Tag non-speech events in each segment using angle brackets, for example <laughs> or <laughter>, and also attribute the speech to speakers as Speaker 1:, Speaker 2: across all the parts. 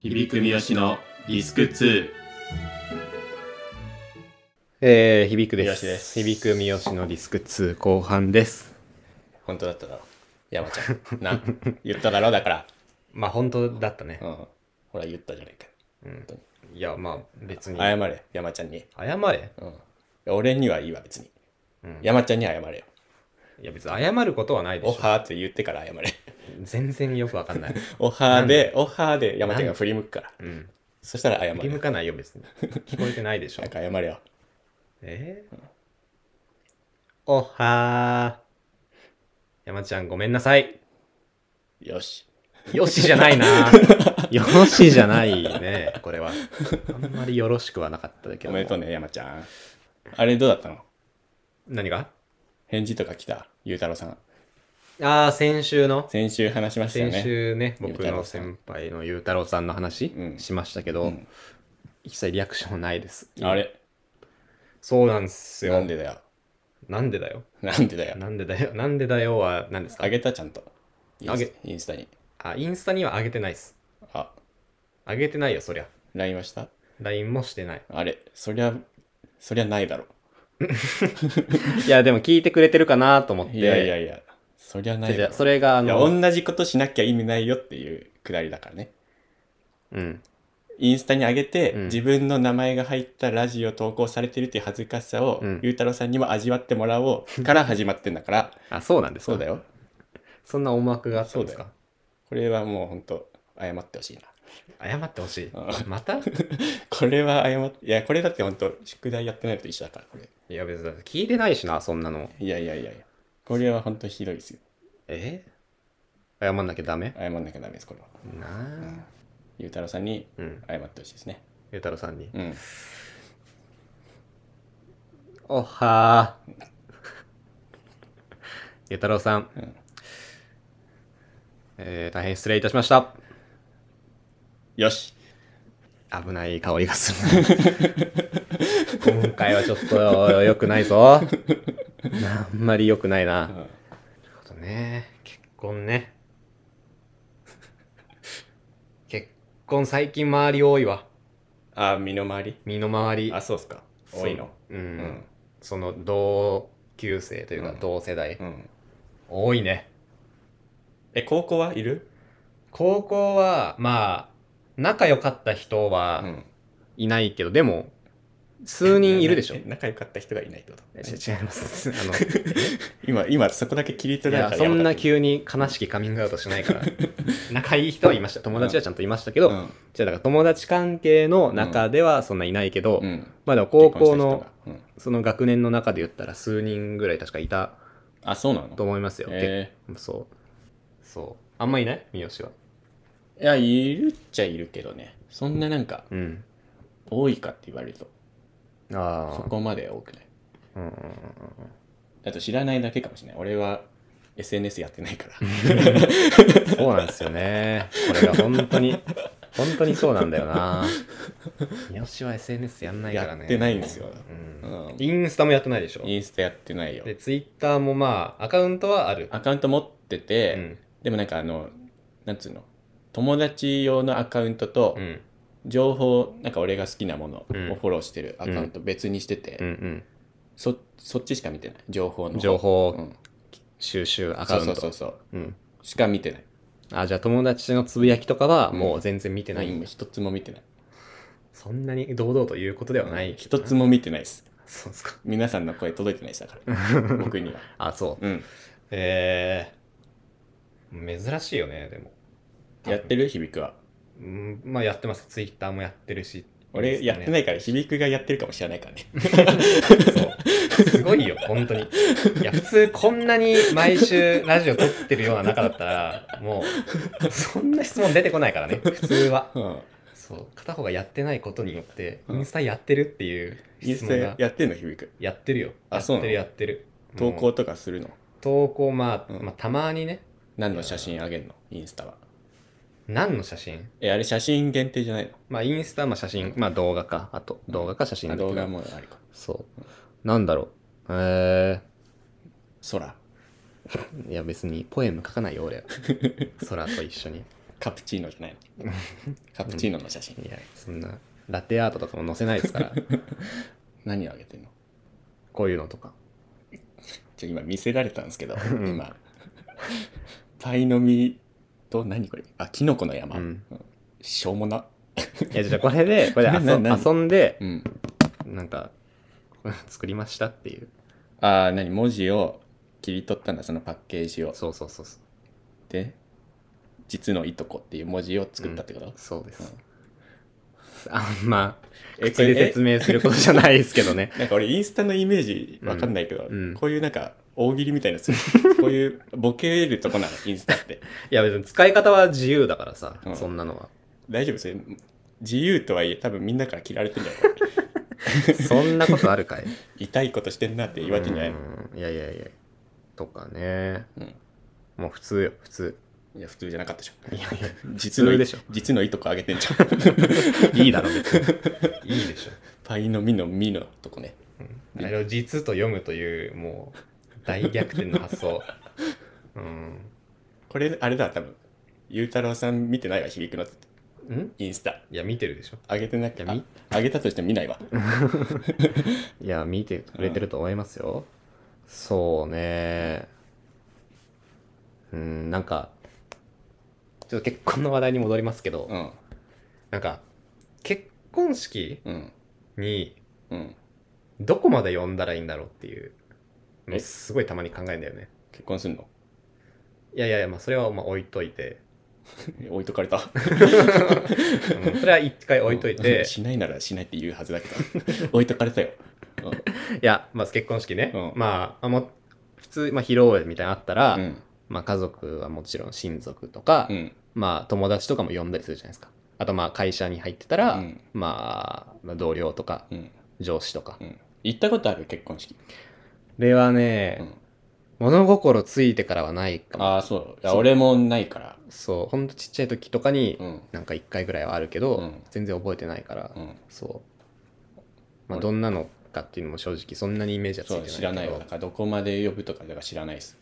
Speaker 1: 響く三好のディスク2
Speaker 2: えー、響く
Speaker 1: 三
Speaker 2: で
Speaker 1: 好
Speaker 2: す。
Speaker 1: です
Speaker 2: 響く三好のディスク2後半です。
Speaker 1: 本当だっただろ山ちゃん <laughs> な言っただろだから、
Speaker 2: まあ本当だったね
Speaker 1: う。ん、ほら言ったじゃないか
Speaker 2: いや、まあ別に。
Speaker 1: 謝れ山ちゃんに、
Speaker 2: 謝れ
Speaker 1: うん、俺にはいいわ別に、
Speaker 2: うん
Speaker 1: 山ちゃんには謝れよ
Speaker 2: いや別に謝ることはないで
Speaker 1: オ
Speaker 2: しょ。
Speaker 1: ハーって言ってから謝れ
Speaker 2: 全然よくわか <laughs> んない。
Speaker 1: オハーでオハーで山ちゃんが振り向くから
Speaker 2: うん。
Speaker 1: そしたら謝れ
Speaker 2: 振り向
Speaker 1: なんか
Speaker 2: かないよ別に。聞こえてないで <laughs> しょ。
Speaker 1: 謝れよ
Speaker 2: えー、おはー。山ちゃんごめんなさい。
Speaker 1: よし
Speaker 2: よしじゃないな。 <laughs> よしじゃないね、これは。あんまりよろしくはなかったけど。
Speaker 1: おめでとうね山ちゃんあれどうだったの
Speaker 2: 何が
Speaker 1: 返事とか来たゆうたろうさん
Speaker 2: ああ、先週の
Speaker 1: 先週話しましたよね
Speaker 2: 先週ね、僕
Speaker 1: ゆうたろう
Speaker 2: の
Speaker 1: さん
Speaker 2: 先輩のゆうたろうさんの話
Speaker 1: うん
Speaker 2: しましたけ
Speaker 1: う
Speaker 2: ど、
Speaker 1: ん
Speaker 2: 一切リアクションないです。
Speaker 1: あれ
Speaker 2: そうなんですよ。
Speaker 1: なんでだよ
Speaker 2: なんでだよ。
Speaker 1: なんでだよ
Speaker 2: なんでだよ。なんでだよは何ですか
Speaker 1: あげたちゃんとインス
Speaker 2: あげ
Speaker 1: インスタに
Speaker 2: あ、インスタには上げてないです。
Speaker 1: あ
Speaker 2: 上げてないよ、そりゃ。
Speaker 1: LINE はした
Speaker 2: LINE もしてない。
Speaker 1: あれそりゃそりゃないだろ
Speaker 2: いや、でも聞いてくれてるかなと思って。
Speaker 1: いやいやいやそりゃない
Speaker 2: じゃ
Speaker 1: だ
Speaker 2: あそ
Speaker 1: ろ
Speaker 2: れが、あ
Speaker 1: いや
Speaker 2: の、
Speaker 1: 同じことしなきゃ意味ないよっていうくだりだからね
Speaker 2: うん。
Speaker 1: インスタに上げて、
Speaker 2: うん
Speaker 1: 自分の名前が入ったラジオ投稿されてるっていう恥ずかしさを、
Speaker 2: うん
Speaker 1: ゆうたろうさんにも味わってもらお
Speaker 2: <laughs>
Speaker 1: うから始まってんだから
Speaker 2: あ、そうなんですか
Speaker 1: そうだよ
Speaker 2: そんな思惑があったんですか
Speaker 1: これはもうほんと謝ってほしいな
Speaker 2: 謝ってほしい
Speaker 1: あ。
Speaker 2: またい
Speaker 1: これは謝っていやこれだってほんと宿題やってないのと一緒だからこれ
Speaker 2: や、別にだって聞いてないしな、そんなの。
Speaker 1: いやいやいやいやこれはほんとひどいですよ
Speaker 2: え謝んなきゃダメ
Speaker 1: 謝んなきゃダメですこれは
Speaker 2: なあ。
Speaker 1: ゆうたろうさんに
Speaker 2: うん。
Speaker 1: 謝ってほしいですね
Speaker 2: ゆうたろうさんに。
Speaker 1: うん
Speaker 2: おはー。ゆうたろうさん。
Speaker 1: うん
Speaker 2: えー、大変失礼いたしました。
Speaker 1: よし
Speaker 2: 危ない香りがする。今回はちょっと良くないぞ。あんまり良くないな。なるほどね。結婚ね。結婚最近周り多いわ。
Speaker 1: あ身の回り
Speaker 2: 身の回り。
Speaker 1: そうっすか
Speaker 2: そう
Speaker 1: 多いの
Speaker 2: うん。
Speaker 1: ん
Speaker 2: その同級生というか
Speaker 1: うん
Speaker 2: 同世代。
Speaker 1: ん
Speaker 2: 多いね。
Speaker 1: え高校はいる
Speaker 2: 高校はまあ仲良かった人は
Speaker 1: ん
Speaker 2: いないけど、でも数人いるでしょ
Speaker 1: え仲良かった人がいないってこと
Speaker 2: えち違います
Speaker 1: <laughs>
Speaker 2: <laughs> あの
Speaker 1: 今今そこだけ切り取
Speaker 2: い
Speaker 1: られ
Speaker 2: や
Speaker 1: た
Speaker 2: そんな
Speaker 1: に
Speaker 2: 急に悲しきカミングアウトしないから
Speaker 1: <laughs>
Speaker 2: 仲いい人はいました友達はちゃんといましたけど、
Speaker 1: うん
Speaker 2: じゃあだから友達関係の中ではそんないないけど、
Speaker 1: うん
Speaker 2: まあでも高校
Speaker 1: 結
Speaker 2: の
Speaker 1: 婚した人がうん
Speaker 2: その学年の中で言ったら数人ぐらい確かいた
Speaker 1: あそうなの
Speaker 2: と思いますよ、
Speaker 1: え
Speaker 2: 結構そうそうあんまいない三好は
Speaker 1: ーいやいるっちゃいるけどねそんななんか
Speaker 2: うん
Speaker 1: 多いかって言われると
Speaker 2: ああ
Speaker 1: そこまで多くない
Speaker 2: うんうんうん
Speaker 1: あと知らないだけかもしれない俺は SNS やってないから
Speaker 2: そうなんですよね。これが本当に、本当にそうなんだよな。三好は SNS やんないからね。
Speaker 1: やってないんですよ
Speaker 2: うん。
Speaker 1: うん
Speaker 2: インスタもやってないでしょ。
Speaker 1: インスタやってないよ
Speaker 2: で、ツイッターもまあ、アカウントはある。
Speaker 1: アカウント持ってて、
Speaker 2: うん。
Speaker 1: でもなんかあのなんつうの友達用のアカウントと
Speaker 2: うん。
Speaker 1: 情報、なんか俺が好きなものをフ
Speaker 2: うん
Speaker 1: ォローしてるアカウント別にしてて、
Speaker 2: うん
Speaker 1: そそっちしか見てない情報の
Speaker 2: うん。
Speaker 1: 方
Speaker 2: 情報
Speaker 1: うん
Speaker 2: 収集ア
Speaker 1: そ
Speaker 2: カ
Speaker 1: う
Speaker 2: ウン
Speaker 1: そう
Speaker 2: ト。
Speaker 1: そうそう
Speaker 2: うん。
Speaker 1: しか見てない
Speaker 2: あ、じゃあ友達のつぶやきとかはもう全然見てない。
Speaker 1: うん一つも見てない
Speaker 2: そんなに堂々ということではない。
Speaker 1: 一つも見てないです
Speaker 2: そうですか。
Speaker 1: 皆さんの声届いてないですだか
Speaker 2: <laughs>
Speaker 1: ら僕には
Speaker 2: あ、そう。
Speaker 1: うん
Speaker 2: えー、珍しいよね、でも。
Speaker 1: やってる響くは
Speaker 2: うん、まあやってます。ツイッターもやってるし。。
Speaker 1: 俺やってないいから響くがやってるかもしれないからね
Speaker 2: そう。すごいよ、本当に。いや、普通こんなに毎週ラジオ撮ってるような中だったら、もう、そんな質問出てこないからね、普通は。
Speaker 1: うん
Speaker 2: そう。片方がやってないことによって、
Speaker 1: うん
Speaker 2: インスタやってるっていう
Speaker 1: イン
Speaker 2: 質
Speaker 1: スタ
Speaker 2: 問が。
Speaker 1: やってんの響く
Speaker 2: やってるよ。
Speaker 1: あ
Speaker 2: やって
Speaker 1: そうなの
Speaker 2: る、やってる。
Speaker 1: 投
Speaker 2: も
Speaker 1: 稿
Speaker 2: う
Speaker 1: とかするの
Speaker 2: 投稿、まあ、
Speaker 1: うん
Speaker 2: まあ、たまにね。
Speaker 1: 何の写真あげんのインスタは
Speaker 2: 何の写真
Speaker 1: えあれ写真限定じゃないの
Speaker 2: まあ、インスタ、まあ、写真、まあ、動画か。あと、動画か写真
Speaker 1: あ
Speaker 2: だけど
Speaker 1: 動画。もあるか
Speaker 2: そう。なんだろう。えー、
Speaker 1: 空 <laughs>
Speaker 2: いや別にポエム書かないよ俺空と一緒に
Speaker 1: カプチーノじゃない
Speaker 2: <laughs>
Speaker 1: のカプチーノの写真
Speaker 2: いや、そんな、ラテアートとかも載せないで
Speaker 1: <laughs>
Speaker 2: すから、
Speaker 1: 何をあげてんの
Speaker 2: こういうのとか。
Speaker 1: ちょ今見せられたんですけど
Speaker 2: うん
Speaker 1: 今パイの実と何これあキノコの山、
Speaker 2: うん
Speaker 1: しょうもない
Speaker 2: や、じゃあこれで、これ
Speaker 1: <laughs>
Speaker 2: で遊
Speaker 1: なな
Speaker 2: 遊んで、
Speaker 1: うん
Speaker 2: なんか、 <laughs> これ作りましたっていう。
Speaker 1: ああ何文字を切り取ったんだそのパッケージを
Speaker 2: そうそうそうそう。
Speaker 1: で「実のいとこ」っていう文字を作ったってこと、
Speaker 2: そうです
Speaker 1: うん。
Speaker 2: あんま、
Speaker 1: え
Speaker 2: 口で説明することじゃないですけど
Speaker 1: <laughs>
Speaker 2: ね。
Speaker 1: なんか俺インスタのイメージわかんないけど、
Speaker 2: うんうん
Speaker 1: こういうなんか大喜利みたいなのするこういうボケるとこなのインスタって
Speaker 2: いや、別に使い方は自由だからさ、
Speaker 1: うん
Speaker 2: そんなの
Speaker 1: <laughs>
Speaker 2: は。
Speaker 1: 大丈夫それ自由とはいえ多分みんなから嫌われてん
Speaker 2: <laughs>
Speaker 1: じゃない
Speaker 2: そんなことあるかい
Speaker 1: 痛いことしてんなって言われてんじゃないの
Speaker 2: うんいやいやいや。とかね。
Speaker 1: うん
Speaker 2: もう普通よ、普通。
Speaker 1: いや普通じゃなかったでしょ
Speaker 2: いやいや、
Speaker 1: 実のい
Speaker 2: 普通でしょ
Speaker 1: 実のいとこあげてんじ
Speaker 2: <laughs>
Speaker 1: ゃん
Speaker 2: いいだろ、別に。 <laughs> いいでしょ。
Speaker 1: パイの実の実のとこね
Speaker 2: あれを実と読むという、もう、大逆転の発想。うん。
Speaker 1: これあれだ多分ゆうたろうさん見てないわ響くの
Speaker 2: ん
Speaker 1: インスタ
Speaker 2: いや、見てるでしょ。
Speaker 1: あげてなき
Speaker 2: い
Speaker 1: ゃ
Speaker 2: や見
Speaker 1: ああげたとしても見ないわ
Speaker 2: いや、見てくれてると思いますよ。そうね。うん、なんか、ちょっと結婚の話題に戻りますけど、
Speaker 1: うん
Speaker 2: なんか、結婚式
Speaker 1: うん
Speaker 2: に
Speaker 1: うん
Speaker 2: どこまで呼んだらいいんだろうっていうの
Speaker 1: え
Speaker 2: すごいたまに考えるんだよね。
Speaker 1: 結婚すんの
Speaker 2: いやいやいや、まあそれはまあ置いといて、
Speaker 1: え置いとかれた
Speaker 2: うんそれは一回 <laughs> 置いとい
Speaker 1: うん
Speaker 2: <laughs> て、
Speaker 1: しないならしないって言うはずだけ
Speaker 2: <laughs>
Speaker 1: ど置いとかれたよ、
Speaker 2: いや、まず結婚式ね、
Speaker 1: うん
Speaker 2: まあ、あも普通、まあ、披露宴みたいなのあったら、
Speaker 1: うん
Speaker 2: まあ家族はもちろん親族とか、
Speaker 1: うん
Speaker 2: まあ友達とかも呼んだりするじゃないですか。あとまあ会社に入ってたら、
Speaker 1: うん
Speaker 2: まあまあ同僚とか
Speaker 1: うん
Speaker 2: 上司とか。
Speaker 1: うん行ったことある結婚式、
Speaker 2: これはね、
Speaker 1: うん
Speaker 2: 物心ついてからはないかも。
Speaker 1: ああそういや
Speaker 2: そう
Speaker 1: 俺もないから
Speaker 2: そう、ほんとちっちゃい時とかに、
Speaker 1: うん
Speaker 2: なんか一回ぐらいはあるけど、
Speaker 1: うん
Speaker 2: 全然覚えてないから、
Speaker 1: うん
Speaker 2: そう。まあどんなのかっていうのも正直そんなにイメージはつ
Speaker 1: そ
Speaker 2: いてないうけど。
Speaker 1: 知らないわだからどこまで呼ぶとかだから知らないです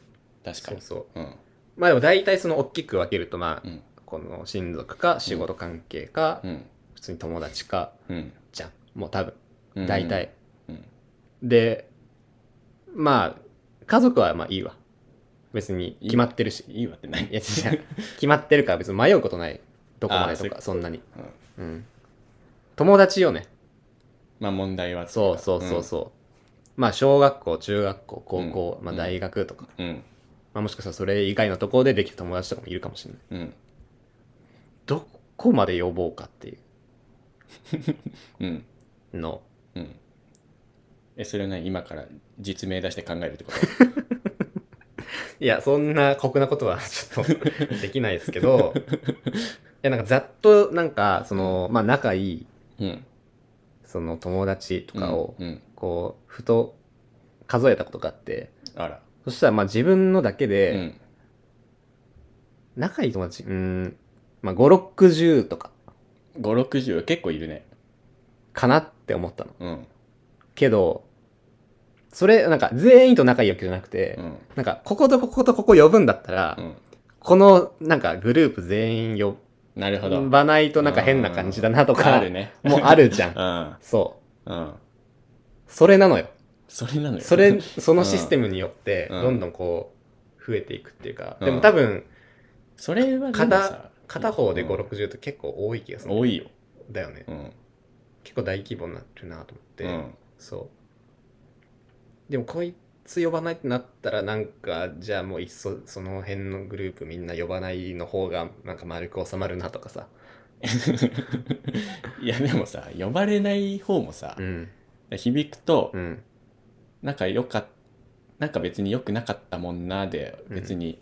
Speaker 1: 確か
Speaker 2: そう
Speaker 1: に
Speaker 2: そう。
Speaker 1: うん
Speaker 2: まあでも大体その大きく分けると、まあ、
Speaker 1: うん
Speaker 2: この親族か仕事関係か、
Speaker 1: うん
Speaker 2: 普通に友達か
Speaker 1: うん
Speaker 2: じゃん。もう多分、
Speaker 1: うん
Speaker 2: 大体。
Speaker 1: うん
Speaker 2: でまあ家族はまあいいわ別に決まってるし
Speaker 1: いいわってない
Speaker 2: いや
Speaker 1: <laughs>
Speaker 2: 違う決まってるから別に迷うことないどこ
Speaker 1: あ
Speaker 2: まで
Speaker 1: ー
Speaker 2: とかそんなに
Speaker 1: うん
Speaker 2: うん友達よね
Speaker 1: まあ問題は
Speaker 2: そうそうそうそう、まあ小学校中学校高校、
Speaker 1: うん
Speaker 2: まあ、大学とか、
Speaker 1: うん
Speaker 2: まあ、もしかしたらそれ以外のところでできた友達とかもいるかもしれない
Speaker 1: うん
Speaker 2: どこまで呼ぼうかってい
Speaker 1: うん
Speaker 2: うの
Speaker 1: うんえそれは何今から実名出して考えるってこ
Speaker 2: いやそんな酷なことは <laughs> ちょっとできないです
Speaker 1: <laughs>
Speaker 2: けどいやなんかざっとなんかそのまあ仲いい
Speaker 1: とうん
Speaker 2: その友達とかを
Speaker 1: うんうん
Speaker 2: こうふと数えたことがあって
Speaker 1: あら
Speaker 2: そしたらまあ自分のだけ
Speaker 1: う
Speaker 2: で
Speaker 1: ん
Speaker 2: 仲いい友達うーん、まあ、560とか
Speaker 1: 560結構いるね
Speaker 2: かなって思ったの
Speaker 1: うん
Speaker 2: けどそれなんか全員と仲いいわけじゃなくて、
Speaker 1: うん
Speaker 2: なんかこことこことここ呼ぶんだったら、
Speaker 1: うん
Speaker 2: このなんかグループ全員呼
Speaker 1: なるほど
Speaker 2: ばないとなんか変な感じだなと
Speaker 1: あ
Speaker 2: か
Speaker 1: るね
Speaker 2: もうあるじゃん
Speaker 1: <laughs> うん
Speaker 2: そう
Speaker 1: うん
Speaker 2: それなのよ
Speaker 1: それなのよ
Speaker 2: それそのシステムによって
Speaker 1: うん
Speaker 2: どんどんこう増えていくっていうか、
Speaker 1: うん
Speaker 2: でも多分
Speaker 1: それはでも
Speaker 2: 片
Speaker 1: さ
Speaker 2: 片方で
Speaker 1: うん
Speaker 2: 5、60って結構多い気がする。
Speaker 1: 多いよ
Speaker 2: だよね
Speaker 1: う。ん
Speaker 2: 結構大規模になってるなと思って。
Speaker 1: うん
Speaker 2: そう。でもこいつ呼ばないってなったらなんかじゃあもういっそその辺のグループみんな呼ばないの方がなんか丸く収まるなとかさ。
Speaker 1: <laughs> いやでもさ呼ばれない方もさ、
Speaker 2: ん。
Speaker 1: 響くと
Speaker 2: うん。
Speaker 1: なんかよかっなんか別に良くなかったもんなで別に、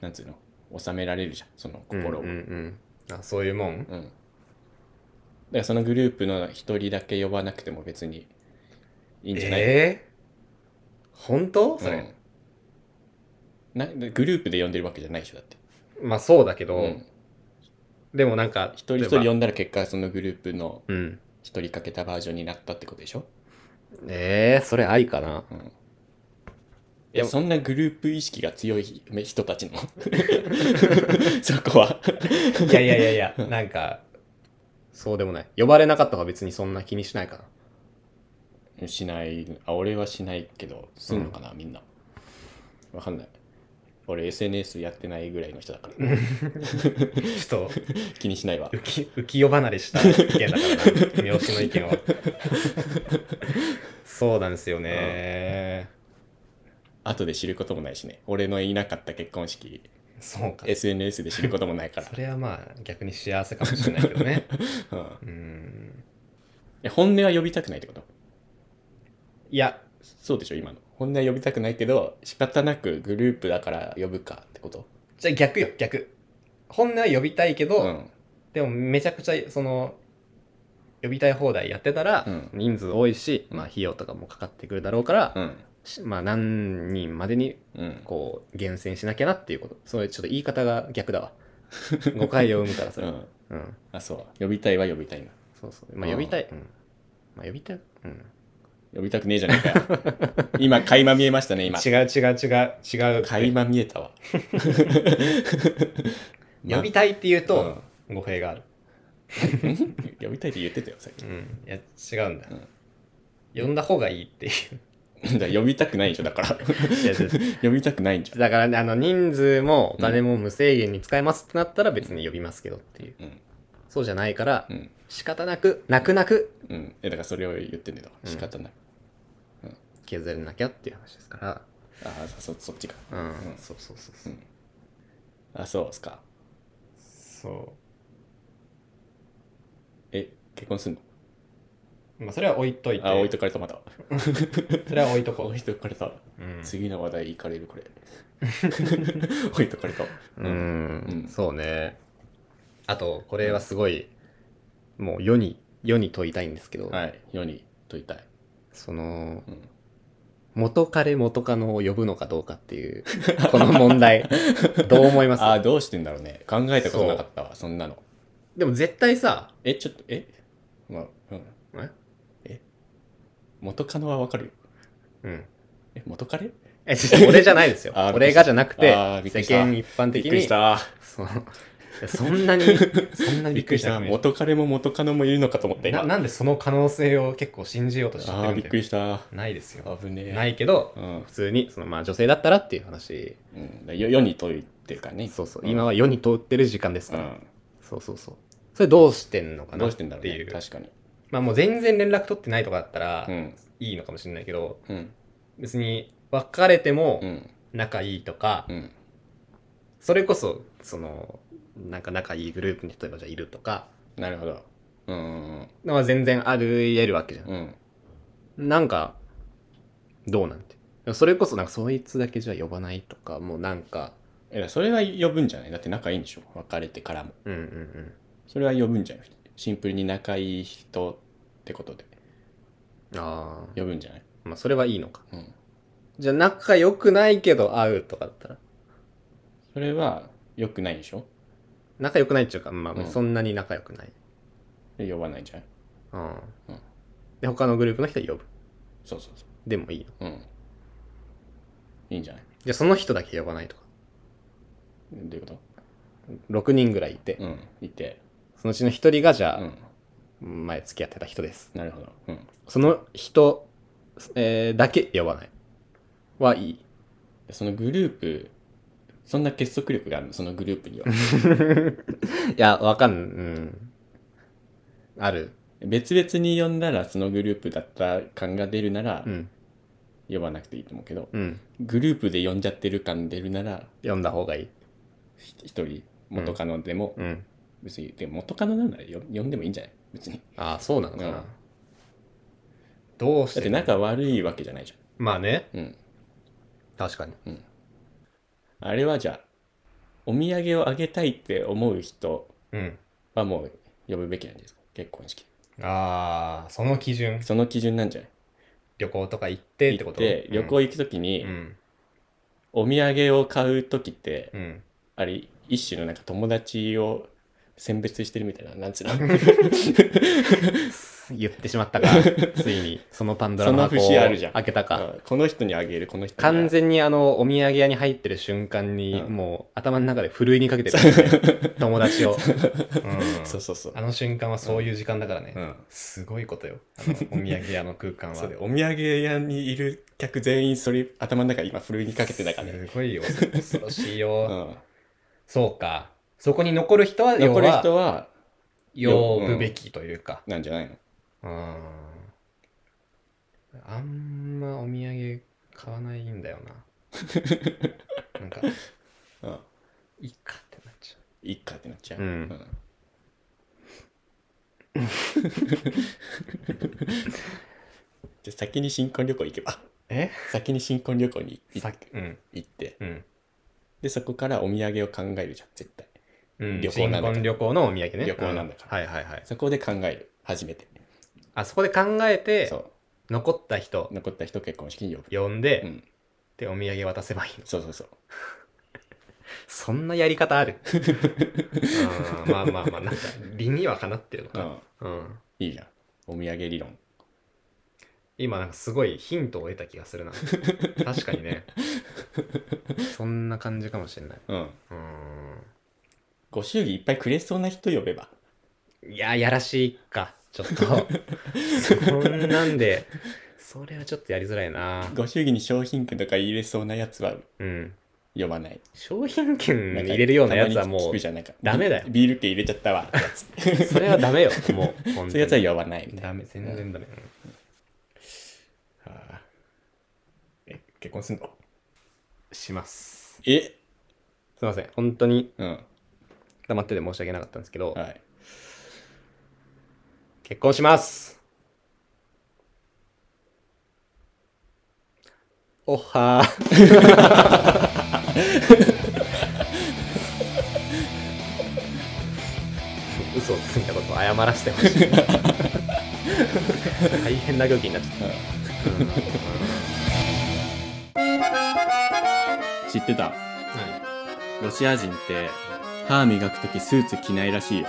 Speaker 1: なんつうの収められるじゃんその心を、
Speaker 2: うんうん、うん。あ、そういうもん
Speaker 1: うんだからそのグループの一人だけ呼ばなくても別にいいんじゃない、
Speaker 2: えー、本当
Speaker 1: うん
Speaker 2: それ、
Speaker 1: なグループで呼んでるわけじゃないでしょだって
Speaker 2: まあそうだけど、
Speaker 1: うん
Speaker 2: でもなんか
Speaker 1: 一人一
Speaker 2: 例
Speaker 1: 人
Speaker 2: えば
Speaker 1: 呼んだら結果そのグループの
Speaker 2: うん。
Speaker 1: 一人かけたバージョンになったってことでしょ、
Speaker 2: えー、それ愛かな
Speaker 1: うんえ
Speaker 2: でも
Speaker 1: そんなグループ意識が強い人たち <laughs> のそこはい
Speaker 2: やいやい <laughs> やいや、なんか、そうでもない。呼ばれなかったら別にそんな気にしないかな。
Speaker 1: しないあ俺はしないけどすんのかな、みんなわかんない俺 SNS やってないぐらいの人だから
Speaker 2: ちょっ
Speaker 1: 気にしないわ
Speaker 2: と、浮き、浮世離れした意見だからな、三好の意 <laughs> 見は。そうなんですよね。
Speaker 1: 後で知ることもないしね俺のいなかった結婚式
Speaker 2: そうか。
Speaker 1: SNS で知ることもないから
Speaker 2: それはまあ、逆に幸せかもしれないけどね。
Speaker 1: うん
Speaker 2: うん。
Speaker 1: え本音は呼びたくないってこと
Speaker 2: いや、
Speaker 1: そうでしょ今の本音は呼びたくないけど仕方なくグループだから呼ぶかってこと
Speaker 2: じゃあ逆よ、逆。本音は呼びたいけど、
Speaker 1: うん
Speaker 2: でもめちゃくちゃその呼びたい放題やってたら、
Speaker 1: うん
Speaker 2: 人数多いし、まあ、費用とかもかかってくるだろうから、
Speaker 1: うん
Speaker 2: しまあ、何人までに
Speaker 1: うん
Speaker 2: こう厳選しなきゃなっていうことそれちょっと言い方が
Speaker 1: <laughs>
Speaker 2: 逆だわ誤解を生むからそれ、
Speaker 1: う
Speaker 2: うん
Speaker 1: んあそう呼びたいは呼びたいな
Speaker 2: そうそうまあ呼びたい、うんまあ、呼びたい、うん、
Speaker 1: 呼びたくねえじゃねえかよ今垣間見えましたね今
Speaker 2: 違う違う違う違うって
Speaker 1: 垣間見えたわま
Speaker 2: <laughs> 呼びたいって言うと語弊がある、
Speaker 1: 呼びたいって言ってたよさっき
Speaker 2: うん、いや違うんだ、
Speaker 1: うん
Speaker 2: 呼んだ方がいいっていう
Speaker 1: だから呼びたくないんでしょだから <laughs>
Speaker 2: いや違う違う
Speaker 1: 呼びたくないんじゃ
Speaker 2: だからね、あの、人数もお金も無制限に使えますってなったら別に呼びますけどっていう。
Speaker 1: んうん
Speaker 2: そうじゃないから、
Speaker 1: うん
Speaker 2: 仕方なく、泣く泣く、
Speaker 1: うんえだからそれを言ってんだよ
Speaker 2: うん
Speaker 1: 仕方ない、
Speaker 2: 削れなきゃっていう話ですから。
Speaker 1: ああそそっちか
Speaker 2: うん、
Speaker 1: ん
Speaker 2: そうそうそうそうう。
Speaker 1: んあそうっすか
Speaker 2: そ
Speaker 1: え結婚すんの
Speaker 2: う。まあ、それは置いといて。
Speaker 1: あ置いとかれたまだ
Speaker 2: それは置いとこ
Speaker 1: 置いとかれた <laughs>
Speaker 2: う。うん。
Speaker 1: 次の話題行かれる
Speaker 2: <laughs>
Speaker 1: これ置いとかれた
Speaker 2: うん、
Speaker 1: うん
Speaker 2: そうね。あと、これはすごい、もう世に、世に問いたいんですけど、
Speaker 1: はい世に問いたい、
Speaker 2: その、
Speaker 1: うん
Speaker 2: 元彼元カノを呼ぶのかどうかっていう、この問題、
Speaker 1: <laughs>
Speaker 2: どう思います
Speaker 1: ああどうしてんだろうね考えたことなかったわそんなの
Speaker 2: でも絶対さ、
Speaker 1: えちょっとえまあうん
Speaker 2: え
Speaker 1: 元カノはわかるよ
Speaker 2: うん。
Speaker 1: え元カレ
Speaker 2: え、違う俺じゃないですよ
Speaker 1: <laughs> あー。
Speaker 2: 俺がじゃなくて
Speaker 1: あー、びっく
Speaker 2: 世
Speaker 1: りした
Speaker 2: 間一般的
Speaker 1: びっくり
Speaker 2: に
Speaker 1: し、た
Speaker 2: そうそんなに、そんなに
Speaker 1: び
Speaker 2: び
Speaker 1: っ
Speaker 2: っ
Speaker 1: く
Speaker 2: く
Speaker 1: りし
Speaker 2: りしたた。
Speaker 1: 元カレも元カノもいるのかと思った今
Speaker 2: ななんでその可能性を結構信じようとしちゃっ
Speaker 1: あ
Speaker 2: て
Speaker 1: あ
Speaker 2: る
Speaker 1: びっ
Speaker 2: み
Speaker 1: た
Speaker 2: い
Speaker 1: くりした
Speaker 2: なないですよ。
Speaker 1: 危ねえ
Speaker 2: ないけど、
Speaker 1: うん
Speaker 2: 普通に、そのまあ女性だったらっていう話、
Speaker 1: うん、だ世世に問いっていうかね
Speaker 2: そうそう、
Speaker 1: ん
Speaker 2: 今は世に通ってる時間です
Speaker 1: う
Speaker 2: から、
Speaker 1: ん、
Speaker 2: そうそうそう。それどうしてんのかな
Speaker 1: どう
Speaker 2: っ
Speaker 1: してて
Speaker 2: い
Speaker 1: ん
Speaker 2: う
Speaker 1: だろうね確かに
Speaker 2: まあもう全然連絡取ってないとかだったら、
Speaker 1: うん
Speaker 2: いいのかもしれないけど、
Speaker 1: うん
Speaker 2: 別に別れても
Speaker 1: うん
Speaker 2: 仲いいとか、
Speaker 1: うん
Speaker 2: それこそ、その、なんか仲いいグループに例えばじゃあいるとか、
Speaker 1: なるほどうん
Speaker 2: のは全然あり得るわけじゃん。
Speaker 1: うん
Speaker 2: なんか、どうなんて。それこそなんかそいつだけじゃ呼ばないとか、もうなんか、
Speaker 1: えそれは呼ぶんじゃないだって仲いいんでしょ別れてからも
Speaker 2: うんうんうん。
Speaker 1: それは呼ぶんじゃないシンプルに仲いい人ってことで
Speaker 2: ああ。
Speaker 1: 呼ぶんじゃない
Speaker 2: まあそれはいいのか。
Speaker 1: うん
Speaker 2: じゃあ仲良くないけど会うとかだったら。
Speaker 1: それは良くないんでしょ
Speaker 2: 仲良くないっていうか、ま
Speaker 1: うん
Speaker 2: あそんなに仲良くない。
Speaker 1: で呼ばないんじゃない
Speaker 2: うん。
Speaker 1: うん
Speaker 2: で、他のグループの人は呼ぶ。
Speaker 1: そうそうそ
Speaker 2: でもいいの。
Speaker 1: ううんいいんじゃない
Speaker 2: じゃあその人だけ呼ばないとか。
Speaker 1: どういうこと
Speaker 2: 6人ぐらいいて、
Speaker 1: うんいて
Speaker 2: そのうちの1人がじゃ
Speaker 1: う
Speaker 2: あ、
Speaker 1: ん
Speaker 2: 前付き合ってた人です。
Speaker 1: なるほどうん
Speaker 2: その人、えーだけ呼ばない。
Speaker 1: <laughs>
Speaker 2: はいい。
Speaker 1: そのグループそんな結束力があるのそのグループには
Speaker 2: いや、わかん、うん。ある。
Speaker 1: 別々に呼んだらそのグループだった感が出るなら
Speaker 2: うん。
Speaker 1: 呼ばなくていいと思うけど、
Speaker 2: うん。
Speaker 1: グループで呼んじゃってる感出るなら
Speaker 2: 呼んだ方がいい。
Speaker 1: ひ一人元カノでも、
Speaker 2: うん。
Speaker 1: 別にでも元カノなんならよ呼んでもいいんじゃない別に
Speaker 2: ああ、そうなのかな。
Speaker 1: うん
Speaker 2: どうし
Speaker 1: だってて仲悪いわけじゃないじ
Speaker 2: まあね。
Speaker 1: ゃんうん
Speaker 2: 確かに。
Speaker 1: あれはじゃあお土産をあげたいって思う人
Speaker 2: うん。
Speaker 1: はもう呼ぶべきなんですか結婚式
Speaker 2: ああ、その基準。
Speaker 1: その基準なんじゃない
Speaker 2: 旅行とか行ってって
Speaker 1: 行
Speaker 2: こ
Speaker 1: っ
Speaker 2: と
Speaker 1: て旅行行く時
Speaker 2: う
Speaker 1: に
Speaker 2: ん。
Speaker 1: お土産を買う時って
Speaker 2: うん。
Speaker 1: あれ一種のなんか友達を選別してるみたいな、なんつうの。
Speaker 2: 言ってしまったか。 <laughs> ついに、そのパンドラ
Speaker 1: そ
Speaker 2: の
Speaker 1: の
Speaker 2: 箱を
Speaker 1: 節あるじゃん。
Speaker 2: 開けたか。
Speaker 1: うんこの人にあげる、この人にあげる
Speaker 2: 完全にあの、お土産屋に入ってる瞬間に、
Speaker 1: うん
Speaker 2: もう頭の中でふるいにかけてる、 <laughs> ね、友達を、うん
Speaker 1: そうそうそう。
Speaker 2: あの瞬間はそういう時間だからね。
Speaker 1: うん
Speaker 2: すごいこと <laughs> よ。あのお土産屋の空間は。
Speaker 1: そうだよお土産屋にいる客全員それ頭の中今ふるいにかけてたからね、
Speaker 2: すごいよ。 <laughs> 恐ろしいうよ。
Speaker 1: ん、
Speaker 2: そうか。そこに残る人は、要
Speaker 1: 残る
Speaker 2: は、
Speaker 1: 人は
Speaker 2: 呼ぶべきというか。
Speaker 1: なんじゃないの
Speaker 2: うん。あんまお土産買わないんだよ <laughs> な。なんか、
Speaker 1: うん
Speaker 2: いいかってなっちゃ
Speaker 1: いっかってなっちゃう、
Speaker 2: うん <laughs>
Speaker 1: うんじゃあ先に新婚旅行行けば
Speaker 2: う。え
Speaker 1: 先に新婚旅行に行
Speaker 2: さっき、うん。
Speaker 1: 行って
Speaker 2: うん。
Speaker 1: でそこからお土産を考えるじゃん絶対
Speaker 2: うん、
Speaker 1: 旅
Speaker 2: 旅
Speaker 1: 行
Speaker 2: 行
Speaker 1: なんだから
Speaker 2: 旅行のお土産ね。
Speaker 1: 旅行なんだから
Speaker 2: うんはいはいはい。
Speaker 1: そこで考える初めて
Speaker 2: あそこで考えて
Speaker 1: そ、
Speaker 2: 残った人
Speaker 1: う残った人結婚式に呼ぶ
Speaker 2: 呼んで、
Speaker 1: うん
Speaker 2: で、お土産渡せばいいの。
Speaker 1: そうそうそう
Speaker 2: そんなやり方
Speaker 1: <laughs>
Speaker 2: あるうんまあまあまあ、なんか、理にはかなってるの
Speaker 1: う
Speaker 2: か。
Speaker 1: ん
Speaker 2: うん。
Speaker 1: いいじゃんお土産理論
Speaker 2: 今、なんかすごいヒントを得た気が
Speaker 1: <laughs>
Speaker 2: するな。確かにね。そんな感じかもしれない。
Speaker 1: うん
Speaker 2: う
Speaker 1: ご祝儀いっぱいくれそうな人呼べば
Speaker 2: ん。いや、やらしいか。ちょっと。そんなんで、それはちょっとやりづらいな。
Speaker 1: ご祝儀に商品券とか入れそうなやつは
Speaker 2: うん。
Speaker 1: 呼ばない
Speaker 2: 商品券
Speaker 1: なんか
Speaker 2: 入れるようなやつは
Speaker 1: たまに聞
Speaker 2: もう
Speaker 1: く、じゃんなんか
Speaker 2: ダメだよ
Speaker 1: ビビール券入れちゃったわってやつそ
Speaker 2: それはダ <laughs> メよ。もう、本
Speaker 1: ういうやつは呼ばないみたいな
Speaker 2: ダメ、全然ダメ。
Speaker 1: はあえ結婚すんの
Speaker 2: します。
Speaker 1: え
Speaker 2: すいません。本当に
Speaker 1: うん
Speaker 2: 黙ってて申し訳なかったんですけど、
Speaker 1: はい
Speaker 2: 結婚しますおっはー。嘘をついたことを謝らせてほ <laughs> しい。大変な病気になっちゃった。
Speaker 1: 知ってたロシア人って歯磨くときスーツ着ないらしいよ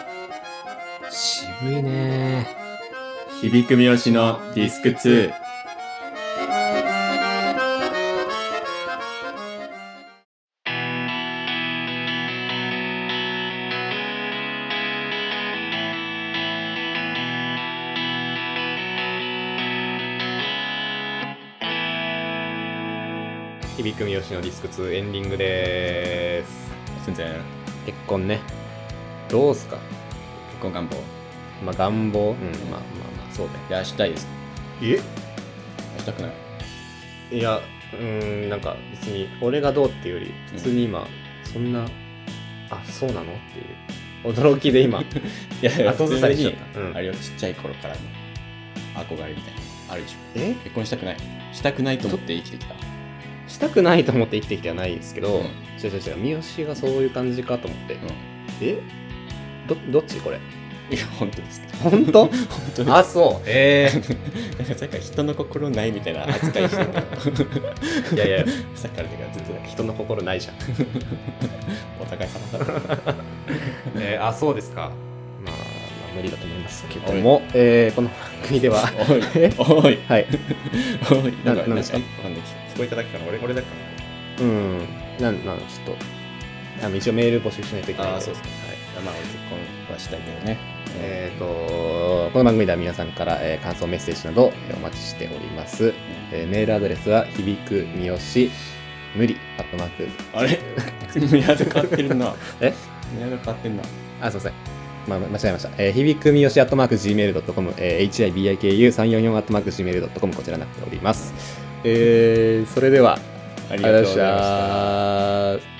Speaker 2: 渋いね
Speaker 1: 響く三好のディスク2
Speaker 2: 響く三好のディスク2エンディングでーす
Speaker 1: 全然
Speaker 2: 結婚ねどうすか
Speaker 1: 結婚願望
Speaker 2: まあ願望うんまあまあまあそうだよ
Speaker 1: いやしたいですしたくない
Speaker 2: えいやうーんなんか別に俺がどうっていうより普通に今、そんなあそうなのっていう驚きで <laughs> 今
Speaker 1: いやいや
Speaker 2: 後
Speaker 1: 普
Speaker 2: ずさ
Speaker 1: 通
Speaker 2: りしちゃ
Speaker 1: に
Speaker 2: ったうん
Speaker 1: あれはちっちゃい頃からの憧れみたいなのあるでしょ
Speaker 2: え
Speaker 1: 結婚したくないしたくないと思って生きてきた
Speaker 2: したくないと思って生きてきてはないですけ
Speaker 1: う
Speaker 2: ど、
Speaker 1: ん
Speaker 2: 違う違う違う三好がそういう感じかと思って、
Speaker 1: ん
Speaker 2: えどどっちこれ
Speaker 1: いや本当ですけど
Speaker 2: 本当
Speaker 1: 本当に
Speaker 2: <laughs> あそうええ
Speaker 1: <laughs> なんかさっきから人の心ないみたいな扱いして <laughs> た
Speaker 2: <laughs> いやいや
Speaker 1: さっきからだからずっと
Speaker 2: 人の心ないじゃん、
Speaker 1: お互い様だ
Speaker 2: えーあそうですかまあ、まあ無理だと思いますけども、えーこの番組では <laughs>
Speaker 1: おい
Speaker 2: え
Speaker 1: おい
Speaker 2: はい
Speaker 1: おいな
Speaker 2: な
Speaker 1: んか
Speaker 2: なんですか
Speaker 1: なんかわかんないけど聞こえただけかな俺俺だけか
Speaker 2: うんなんなんちょっとあの一応メール募集しないといけないん
Speaker 1: あそうです
Speaker 2: はい
Speaker 1: なまあ俺結婚はしたいけどね
Speaker 2: えー、とこの番組では皆さんから、えー感想メッセージなどえーお待ちしております、えーメールアドレスは響くみよし無理アットマーク
Speaker 1: あ <laughs> れミヤド変わってるな
Speaker 2: <laughs> え
Speaker 1: ミヤド変わってんな
Speaker 2: あすいませんまあ、間違えました。えー、響くみよし、アットマーク、gmail.com、えー、hibiku344、アットマーク、gmail.com、こちらになっております。えー、それでは、
Speaker 1: あ
Speaker 2: あ
Speaker 1: り
Speaker 2: り
Speaker 1: が
Speaker 2: が
Speaker 1: とう
Speaker 2: とう
Speaker 1: ご
Speaker 2: ご
Speaker 1: ざ
Speaker 2: ざ
Speaker 1: いま
Speaker 2: いま
Speaker 1: し
Speaker 2: したた。